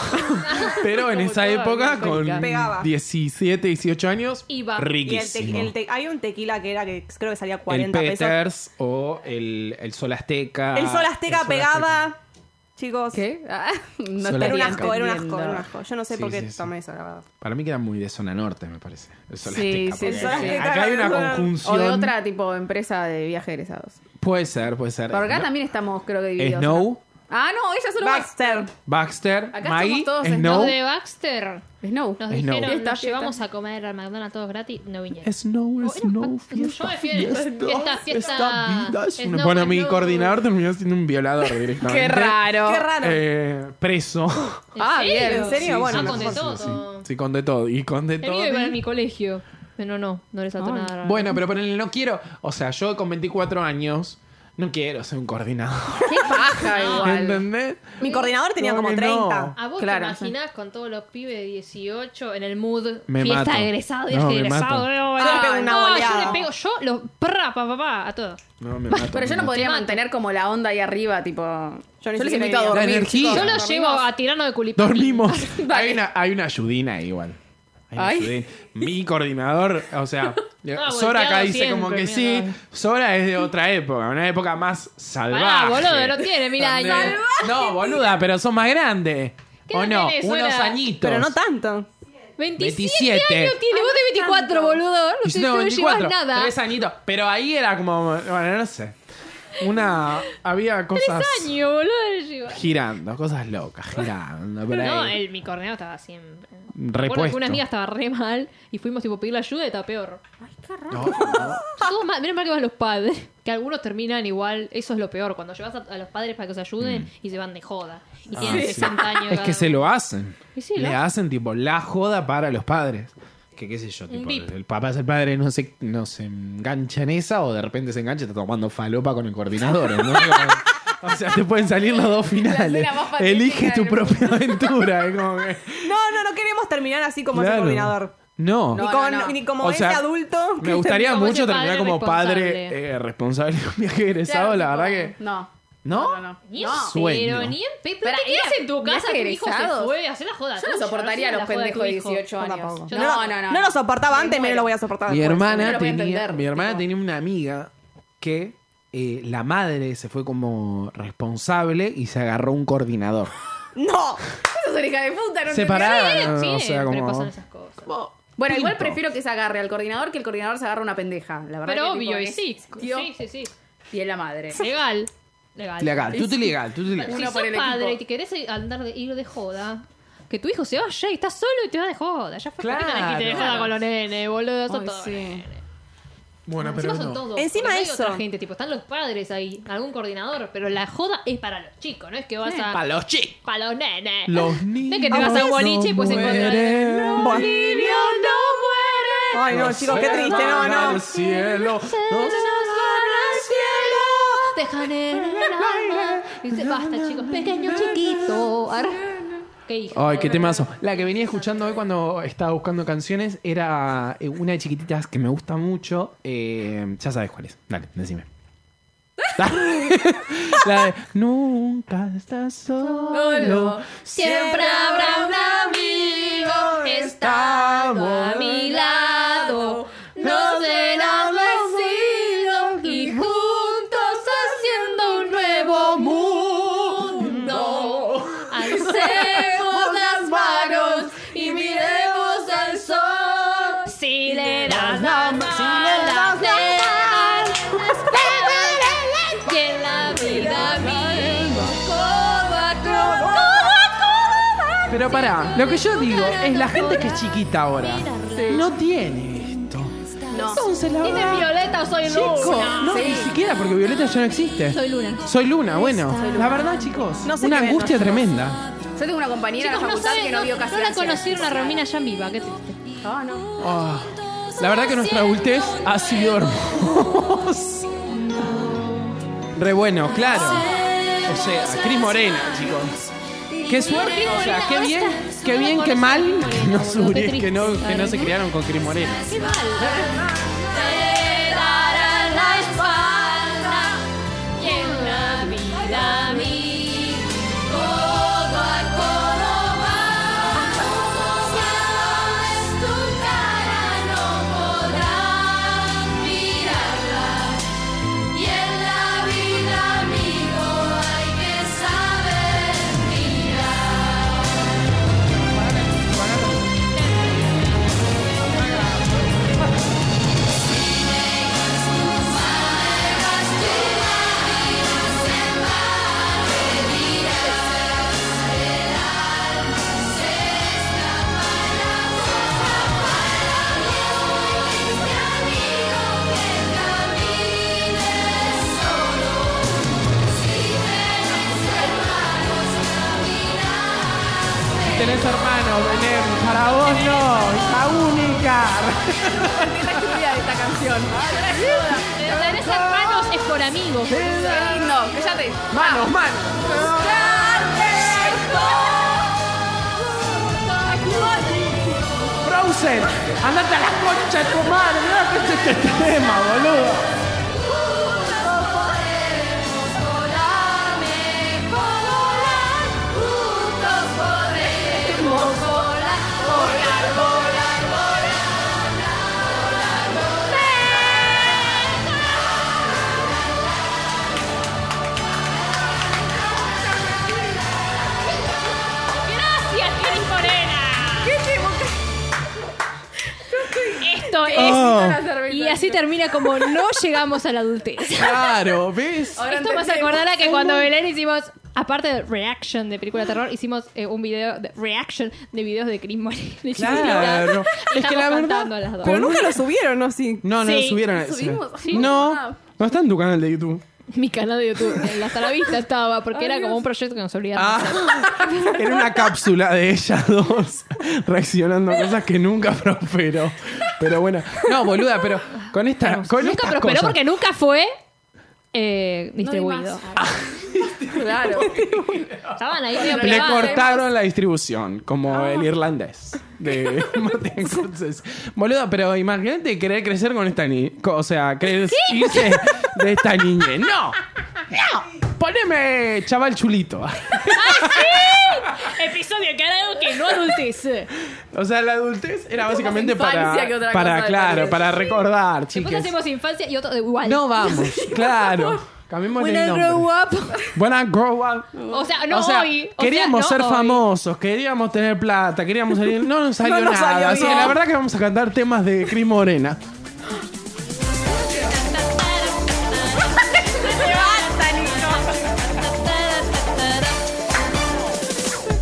S1: Pero en
S3: Como
S1: esa
S3: toda
S1: época,
S3: alcohólica.
S1: con
S5: Pegaba.
S1: 17, 18 años,
S2: Iba.
S5: Y el te-
S1: riquísimo.
S5: el te- hay un tequila que era que creo que salía
S1: El
S5: 40 pesos.
S1: Peters o el, el Sol Azteca.
S5: El sol azteca
S1: ah, El Sol
S5: pegaba. Chicos,
S3: ¿Qué? Ah, no
S1: Sola
S5: era un
S1: Estaría
S5: asco, era un asco, era un
S3: entendiendo.
S5: asco. Yo no sé
S1: Sí,
S5: por qué
S1: sí, sí.
S5: tomé eso, la verdad.
S1: Para mí que era muy de zona norte, me parece. El Sol
S3: Sí,
S1: Azteca.
S3: sí,
S1: porque
S3: el Sol
S5: Azteca
S1: Acá hay
S5: era
S1: una
S5: de zona-
S1: conjunción.
S3: O de otra tipo empresa de viaje egresados.
S1: Puede ser, puede ser.
S3: Por acá
S1: No.
S3: también estamos, creo que divididos.
S1: Snow,
S3: Ah, no, ella solo Baxter.
S1: Baxter,
S5: Baxter.
S3: Acá
S1: Maggie,
S3: somos todos
S1: Snow.
S2: Los de Baxter
S3: Snow.
S2: nos
S1: Es no.
S2: dijeron,
S3: Fiesta,
S2: nos
S3: fiesta.
S2: llevamos a comer al McDonald's todos gratis, no vinieron.
S1: Snow,
S2: Oh, era
S1: Snow,
S2: pa-
S1: fiesta,
S2: yo me fui a-
S1: fiesta,
S2: fiesta, fiesta,
S1: esta vida es una-
S2: Snow,
S1: Bueno, mi
S2: Snow.
S1: coordinador terminó siendo un violador directamente.
S3: Qué raro.
S5: Qué raro.
S1: Eh, preso.
S2: ¿En
S3: Ah,
S2: serio?
S3: bien, ¿en
S5: serio? Bueno,
S2: ah,
S5: no
S2: con de
S5: sé,
S2: todo.
S1: Sí, sí, con de todo. Y con de
S2: El
S1: todo.
S2: mío iba a mi colegio, pero no, no les ató
S3: Ay.
S2: nada. raro.
S1: Bueno, pero ponele, no quiero. O sea, yo con 24 años no quiero ser un coordinador.
S3: Qué paja igual.
S1: ¿Entendés?
S5: Mi coordinador tenía
S1: Como
S5: como
S1: que
S5: 30.
S1: no.
S2: ¿A vos
S3: Claro,
S2: te imaginás con todos los pibes de 18 en el mood
S1: Me
S2: fiesta
S1: mato.
S2: de egresado,
S1: No,
S2: viaje de
S1: me
S2: egresado?
S1: mato.
S2: eh,
S5: Yo le pego
S2: ah,
S5: una
S2: no, yo
S5: boleada.
S2: le pego, yo los prra, pa, pa, pa, a todo.
S1: No, me mato.
S3: Pero yo
S1: me
S3: no
S1: mato.
S3: podría mantener como la onda ahí arriba, tipo. Yo,
S5: ni
S3: les
S5: siquiera
S3: invito a
S5: iría.
S1: La
S3: dormir.
S1: energía.
S2: Yo
S1: Claro.
S2: los llevo a tirarnos de culipán.
S1: Dormimos.
S3: Dale.
S1: hay, una, hay una ayudina ahí igual. Hay una
S3: Ay.
S1: ayudina. Mi coordinador, o sea,
S2: Ah,
S1: Sora acá
S2: volteado
S1: dice como que
S2: siempre, mira.
S1: sí. Sora es de otra época, una época más salvaje.
S2: Pará, boludo, no tiene mil años.
S1: También. No, boluda, pero son más grandes.
S2: ¿Qué
S1: ¿O
S2: edad
S1: no?
S2: tenés,
S1: Unos
S2: Sora?
S1: añitos.
S5: Pero no tanto.
S2: 27,
S1: 27.
S2: años tiene, vos de 24, boludo. No te
S1: Yo tengo
S2: no
S1: 24,
S2: llevas nada.
S1: Tres añitos. Pero ahí era como, bueno, no sé. Una, había cosas
S2: años, boludo. le llevo.
S1: girando, cosas locas, girando. por
S2: No,
S1: ahí.
S2: el, mi corneo estaba siempre. Recuerdo
S1: Repuesto.
S2: que una amiga estaba re mal y fuimos tipo a pedirle ayuda y estaba peor.
S1: No, no.
S2: Todos mal, menos mal que van los padres. Que algunos terminan igual. Eso es lo peor. Cuando llevas a, a los padres para que os ayuden y se van de joda. Y
S1: Mm. Ah,
S2: tienen
S1: sí.
S2: 60 años.
S1: Es
S2: cada
S1: que se
S2: uno.
S1: lo hacen.
S2: Y sí,
S1: Le
S2: lo
S1: hacen tipo la joda para los padres. Que qué sé yo, tipo,
S2: bip.
S1: el papá es el padre, no se, no se engancha en esa o de repente se engancha y está tomando falopa con el coordinador. ¿no? o sea, te pueden salir los dos finales.
S3: escena más patética
S1: Elige tu
S3: del
S1: propia aventura. es como que-
S5: No, no, no queremos terminar así como ese
S1: Claro.
S5: coordinador.
S1: No.
S5: Ni,
S3: No,
S5: con-
S3: no, no.
S5: ni como
S1: O sea,
S5: ese adulto.
S1: Me gustaría
S2: Como
S1: mucho
S2: ese padre
S1: terminar como padre
S2: responsable.
S1: eh, responsable de un viaje egresado, la verdad que.
S3: No.
S1: ¿No?
S3: No, no.
S2: Ni
S3: No.
S2: en
S1: Sueño.
S2: pero ni en pe- ¿Pero
S3: Pará,
S2: ¿Qué
S3: ir a
S2: haces en tu casa? Tu
S3: viaje
S2: hijo se
S3: egresados.
S2: fue, hacer la joda.
S3: Yo no
S2: tuya,
S3: soportaría
S2: hacé la
S3: a los
S2: joda tu
S3: pendejos de
S2: hijo.
S3: 18
S5: No,
S3: años.
S5: tampoco.
S3: Yo-
S5: No, no, no, lo soportaba antes, menos lo voy a soportar
S1: Mi
S5: después.
S1: hermana
S3: no lo voy a
S1: tenía,
S3: entender,
S1: mi hermana
S3: tipo.
S1: tenía una amiga que eh, la madre se fue como responsable y se agarró un coordinador.
S5: ¡No!
S3: Sos una hija de puta, no
S1: Separada.
S2: Sí,
S1: Ah, o sea,
S2: siempre
S1: como-
S2: pasan esas cosas.
S3: entendés. Bueno, igual
S1: Tipo.
S3: prefiero que se agarre al coordinador que el coordinador se agarre una pendeja, la verdad.
S2: Pero
S3: que, tipo,
S2: obvio, y
S3: es
S2: sí.
S3: tío
S2: Sí, sí, sí.
S3: Y es la madre.
S2: Legal. Legal.
S1: Legal, tú te legal, tú te
S2: Si
S1: legal.
S3: Uno por
S2: sos
S3: el
S2: padre
S3: equipo.
S2: y te querés andar de, ir de joda, que tu hijo se vaya y estás solo y te va de joda. Ya fue
S1: Claro.
S2: porque te la quité de joda con los nenes, boludo. Son
S3: Ay,
S2: todos
S3: sí.
S2: nenes.
S1: Bueno,
S2: Encima son todos.
S5: Encima
S2: porque no hay
S5: eso.
S2: otra gente, tipo, están los padres ahí, algún coordinador, pero la joda es para los chicos, no es que vas a.
S1: Para los chicos.
S2: Para los nenes.
S1: Los
S2: No
S1: niños.
S2: es que te vas a un boliche y pues
S1: no
S2: encontrar.
S1: mueren.
S5: Bueno.
S2: Niños no mueren.
S5: Ay, no, chicos, qué triste, no, no.
S1: Al cielo. No.
S2: Dejan en el alma. Dice, basta, chicos. Pequeño chiquito. Ar- ¿Qué hijo?
S1: Ay, qué temazo. La que venía escuchando hoy cuando estaba buscando canciones era eh, una de chiquititas que me gusta mucho. eh, ya sabes cuál es. Dale, decime. La de Nunca estás solo.
S3: Solo.
S2: Siempre habrá un amigo estando a mi lado. Nos verán vestidos y juntos haciendo un nuevo mundo. Alcemos las manos y miremos al sol.
S1: Pero pará, lo que yo digo es la gente que es chiquita ahora. No tiene esto.
S3: No.
S1: Entonces la
S2: ¿Tiene
S1: verdad,
S2: Violeta o soy
S1: Chico,
S2: Luna?
S1: no, ni siquiera porque Violeta ya no existe.
S2: Soy Luna.
S1: Soy Luna, bueno. La verdad, chicos,
S5: No sé
S1: una
S5: qué ven
S1: angustia
S5: los chicos.
S1: tremenda.
S3: Yo tengo una compañera
S2: Chicos,
S3: en la
S2: no,
S3: facultad
S2: saben-
S3: que no
S2: no,
S3: vio casi Ah,
S2: no la
S3: ansia.
S2: conocí era una Romina ya viva, qué triste.
S3: Ah, no.
S1: Ah, La verdad que nuestra adultez ha sido hermosa. Re bueno, claro. O sea, Cris Morena, chicos. Qué suerte, o sea, qué bien, qué bien, qué mal que no, se uni- que no, que no se criaron con Cris Morena.
S2: Qué mal.
S4: Te darán la espalda y en la vida a mí codo a codo vas, como sabes tu cara no podrás mirarla y en la vida amigo hay que saber mirar.
S1: Tenés hermanos, Belén, para vos no, la única.
S3: Es la estúpida de esta canción.
S2: Tenés hermanos es por amigos.
S3: Qué lindo. Cállate.
S1: Manos, manos. Frozen, andate a la concha de tu madre, mira que es este tema, boludo.
S2: Gracias, Cris Morena. Esto es.
S3: Oh.
S2: Y así termina como no llegamos a la adultez.
S1: Claro, ¿ves?
S2: Esto me hace acordar a que cuando Belén hicimos, aparte de reaction de película de terror, hicimos eh, un video de reaction de videos de Cris Morena. de
S1: Claro.
S2: chiquititas.
S1: Es que la
S2: Estamos cantando
S1: verdad.
S2: las dos.
S5: Pero nunca lo subieron, ¿no? Sí.
S1: No, no
S2: Sí.
S1: lo subieron a
S3: ¿Lo
S1: ese.
S3: subimos? Sí.
S1: No,
S3: Ah.
S1: no está en tu canal de YouTube.
S2: Mi canal de YouTube, en la sala vista estaba, porque era como un proyecto que nos obligaron.
S1: Ah, era una cápsula de ellas dos reaccionando a cosas que nunca prosperó. Pero bueno, no, boluda, pero con esta. Con
S2: nunca
S1: estas
S2: prosperó
S1: cosas-
S2: porque nunca fue eh, distribuido.
S3: Ah.
S2: Ah,
S3: Claro.
S2: Estaban ahí medio
S1: Le
S2: privados.
S1: cortaron la distribución, como el irlandés de Martin Scorsese. Boludo, pero imagínate querer crecer con esta niña. O sea, querer irse de esta niña. ¡No! ¡No! Poneme chaval chulito.
S2: Episodio que era algo que no adultece.
S1: O sea, la adultez era básicamente
S3: infancia que
S1: para.
S3: otra
S1: Para,
S3: cosa,
S1: claro,
S3: me parece.
S1: para recordar,
S2: Después
S1: chicas.
S2: hacemos infancia y otro de igual.
S1: No vamos, claro. Cambiemos el nombre.
S5: up.
S1: Buena grow up.
S2: O sea, no
S1: o sea,
S2: hoy. O sea,
S1: queríamos
S2: no
S1: ser
S2: hoy.
S1: famosos, queríamos tener plata, queríamos salir. No nos salió
S5: No nos
S1: nada.
S5: salió
S1: así que
S5: bien.
S1: la verdad que vamos a cantar temas de Cris Morena.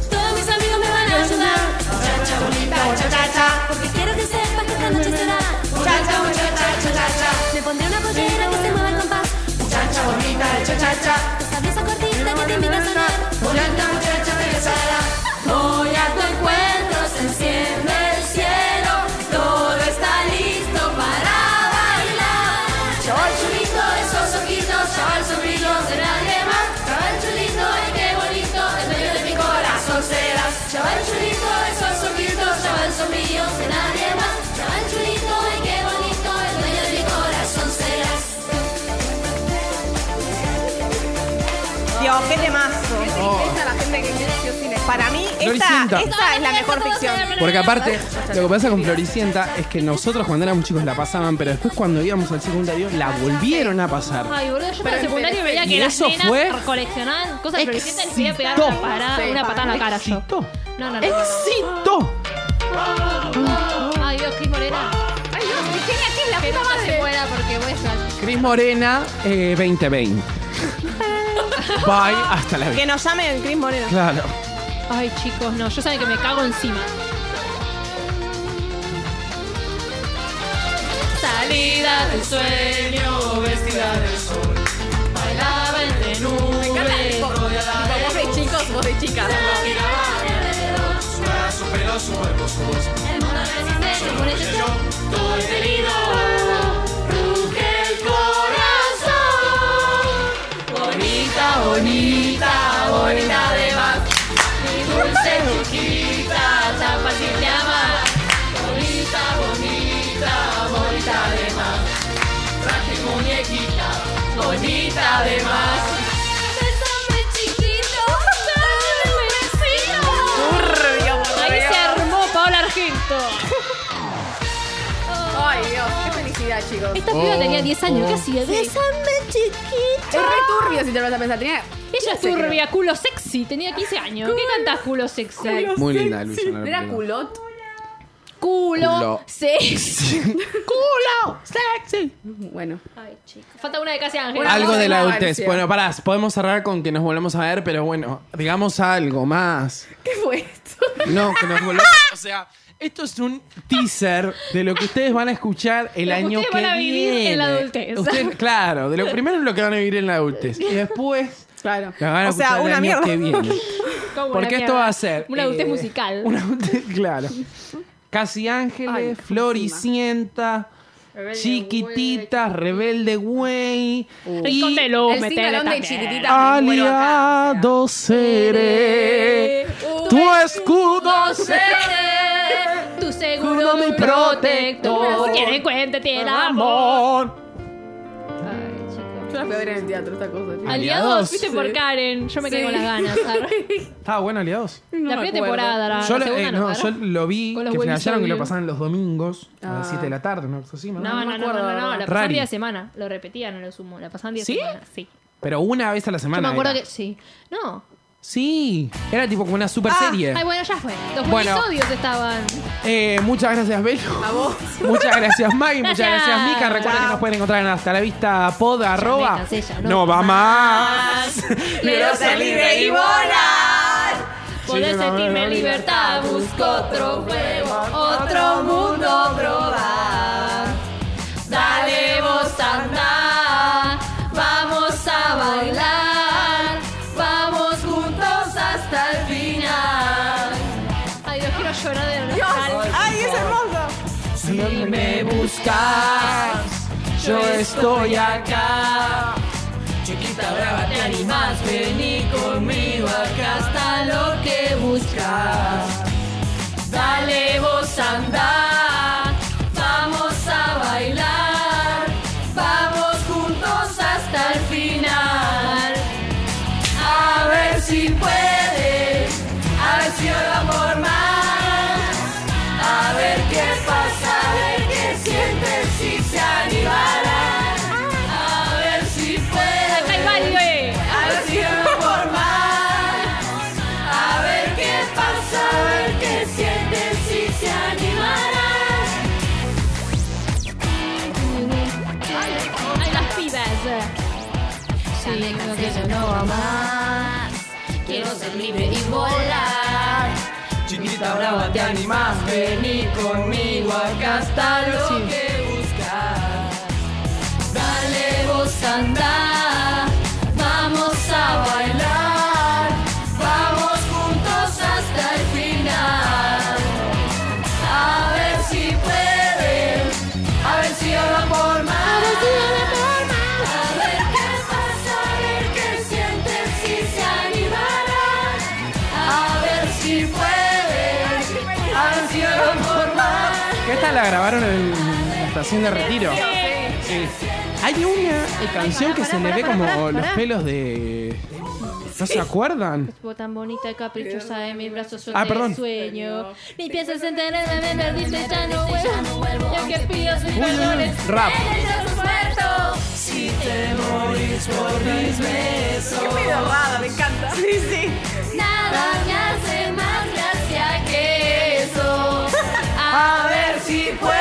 S4: Todos mis amigos me van a ayudar. Muchacha bonita, muchacha. Porque quiero que sepas que esta noche será. Muchacha, muchacha, muchacha. Me pondré una pollera que se mueva al compás. Muchacha bonita, muchacha. Esa blusa cortita que te invita a sonar. Bonita muchacha regresará. Hoy a tu encuentro se enciende el cielo. Todo está listo para bailar. Chaval chulito, esos ojitos. Chaval sobrino de nadie más. Chaval chulito, ay qué bonito. En medio de mi corazón serás. Chaval chulito, esos ojitos. Chaval sobrino de nadie más. Chaval chulito, ay qué bonito. En medio de mi corazón serás.
S5: Dios, qué temazo.
S3: Esa es la gente que creció sin estar.
S5: Para mí, esta,
S1: Floricienta.
S5: esta es la mejor ficción.
S1: Porque aparte, lo que pasa con Floricienta es que nosotros cuando éramos chicos la pasaban, pero después cuando íbamos al secundario la volvieron a pasar.
S2: Ay, boludo, yo en
S3: Pero
S2: el secundario veía
S1: y
S2: que las
S1: eso
S2: nenas
S1: fue-
S2: coleccionaban cosas florecitas y les quería pegar
S1: Exitó.
S2: una, parada,
S3: Sí,
S2: una patada en la cara yo.
S1: ¡Éxito!
S2: No, no, no.
S1: ¡Éxito!
S2: Ay, Dios, Cris Morena. Ay, Dios, que tenga aquí la puta madre. se muera porque voy a llorar.
S1: Cris Morena eh, 2020. Bye, hasta la
S5: Que
S1: vida.
S5: nos llame Cris Moreno.
S1: Claro.
S2: Ay, chicos, no. Yo saben que me cago encima. Salida del sueño, vestida del sol. Bailaba entre nubes.
S3: Me encanta, tipo, tipo, vos de chicos, vos de chicas.
S4: Bésame chiquito, dame un besito.
S3: Turbio, por
S2: Ahí
S3: Dios.
S2: se armó Paola Argento.
S3: Ay, Dios, qué felicidad, chicos.
S2: Esta piba
S1: Oh,
S2: tenía 10 años. ¿Qué
S1: oh.
S2: hacía? Bésame, chiquito.
S3: Es re turbio si te lo vas a pensar. Tenía
S2: Ella es turbia, culo sexy. Tenía 15 años. ¿Qué canta culo sexy?
S1: Muy linda, Luciana. la
S3: Era
S1: película.
S3: culot.
S2: Culo,
S1: Culo.
S2: sexy. culo sexy.
S3: Bueno.
S2: Ay, chicos. Falta una de Casi Ángel.
S3: Una
S1: Algo
S3: voz
S1: de
S3: de
S1: la
S3: Marcia.
S1: adultez. Bueno, pará, podemos cerrar con que nos volvemos a ver, pero bueno, digamos algo más.
S3: ¿Qué fue esto?
S1: No, que nos volvemos. O sea, esto es un teaser de lo que ustedes van a escuchar el
S2: Lo que
S1: año
S2: ustedes
S1: que
S2: van a vivir
S1: viene.
S2: en la adultez.
S1: Ustedes- claro, de lo primero es lo que van a vivir en la adultez. Y después
S3: Claro.
S1: lo van a
S5: O sea,
S1: escuchar el
S5: una
S1: año
S5: mierda.
S1: que viene.
S2: Como una
S1: Porque
S2: mierda.
S1: esto va a ser.
S2: Una adultez
S1: eh,
S2: musical.
S1: Una adultez, claro. Casi
S3: Ay,
S1: Ángeles,
S3: qué
S1: Floricienta, Chiquititas, Rebelde Güey. Y
S2: Uh. Escóndelo,
S3: El
S2: metele
S3: singalón de
S2: también.
S3: chiquitita. me muero acá.
S1: aliado seré.
S2: uh,
S1: Tu escudo
S2: seré tu seguro,
S1: Seguro mi
S2: mi protector.
S1: protector.
S2: Quien encuentre tiene amor.
S1: amor.
S2: Ay, chicos.
S3: Yo la fui a ver en el teatro, esta cosa. chicos.
S1: Ay,
S2: Aliados,
S1: Aliados.
S2: viste
S1: Sí.
S2: por Karen. Yo me quedé
S3: Sí.
S2: con las ganas. Sara.
S1: Estaba bueno, aliados.
S2: la
S3: No me
S2: primera
S3: acuerdo.
S2: temporada, Ah, la,
S1: Yo
S2: la
S1: lo,
S2: segunda
S1: eh,
S2: no.
S1: no, yo
S2: ¿verdad?
S1: lo vi,
S2: Con los
S1: que flashearon que
S2: Wilson.
S1: lo pasaban los domingos a
S3: Ah.
S1: las 7 de la tarde, ¿no? Así, más o
S2: No,
S1: menos.
S2: no, no, no,
S3: acuerdo,
S2: no, no,
S3: ¿verdad?
S2: la pasaban
S1: Rari.
S2: día de semana. Lo repetían, no lo sumo. La pasaban día de
S1: ¿Sí?
S2: semana. Sí.
S1: Pero una vez a la
S2: Yo
S1: semana.
S2: me acuerdo
S1: era.
S2: que. Sí. No.
S1: Sí, era tipo como una super serie.
S2: Ah, Ay, bueno, ya fue. Los
S1: Bueno.
S2: episodios estaban.
S1: Eh, muchas gracias, Belo.
S3: A vos.
S1: Muchas gracias, Maggie. Muchas
S2: Gracias.
S1: gracias, Mica. Recuerden que nos pueden encontrar en hasta la vista pod arroba.
S2: cansé, ya no
S1: No va más.
S2: Quiero salir de ahí,
S3: volar.
S2: Poder
S1: no,
S2: sentirme
S1: no,
S2: en
S1: no,
S2: libertad, busco otro juego, otro mundo probar. Dale vos andar, vamos a bailar, vamos juntos hasta el final. Ay, Dios, quiero llorar de nostalgia.
S5: ¡Ay, es hermoso!
S1: Si me buscas, yo estoy acá. Chiquita brava,
S2: Te animás, vení conmigo acá hasta lo que buscas. Dale vos andar, vamos a bailar, vamos juntos hasta el final. A ver si puedes, a ver si ahora por más, a ver qué pasa, a ver qué sientes si se animarás, a ver si puedes. A ver si ahora por más, a ver qué pasa, a ver qué sientes si se animarás. Ay, las pibas. Sí, creo que yo no va más. Quiero ser libre y volar.
S1: Chiquita brava, te animás.
S2: Vení conmigo acá hasta lo que buscas. Dale vos andar, vamos a bailar, vamos juntos hasta el final. A ver si puedes, a ver si ahora por más. A ver qué pasa, a ver qué sientes si se animarán. A ver si puedes, a ver si ahora por más.
S1: Esta la grabaron en la estación de retiro. Sí. Hay una canción que se le ve como los pelos de. ¿No se acuerdan?
S2: tan bonita y caprichosa de mis brazos suelta
S1: Ah, perdón.
S2: el sueño. Ni piensas en tenerme, me perdiste, ya no vuelvo. Y aunque pidas mis perdones,
S1: Rap.
S2: eres muerto.
S3: Qué pedo amada, me encanta. Sí, sí.
S2: Nada me hace más gracia que eso.
S1: A ver si puede.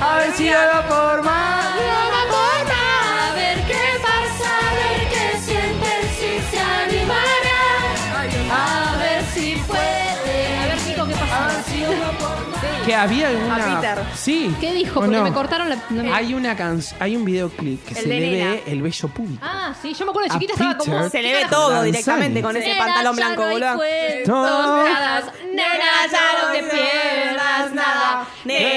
S1: A ver si haga por más.
S2: A ver qué pasa, a ver qué sientes si se animará. A
S1: había alguna.
S3: A Peter.
S1: Sí.
S2: ¿Qué dijo?
S1: ¿o
S2: Porque
S1: no?
S2: me cortaron la. no me-
S1: Hay una canción, hay un videoclip que
S3: El
S1: se
S3: de
S1: le
S3: Elena.
S1: ve el bello público.
S2: Ah, sí, yo me acuerdo de
S1: A
S2: chiquita estaba como.
S1: Peter.
S5: Se le ve todo directamente con ese
S2: Nena,
S5: pantalón
S2: ya
S5: blanco,
S2: no hay
S5: boludo.
S2: cuentos,
S1: No.
S2: nada. Nena, ya no te pierdas nada.
S5: Nena,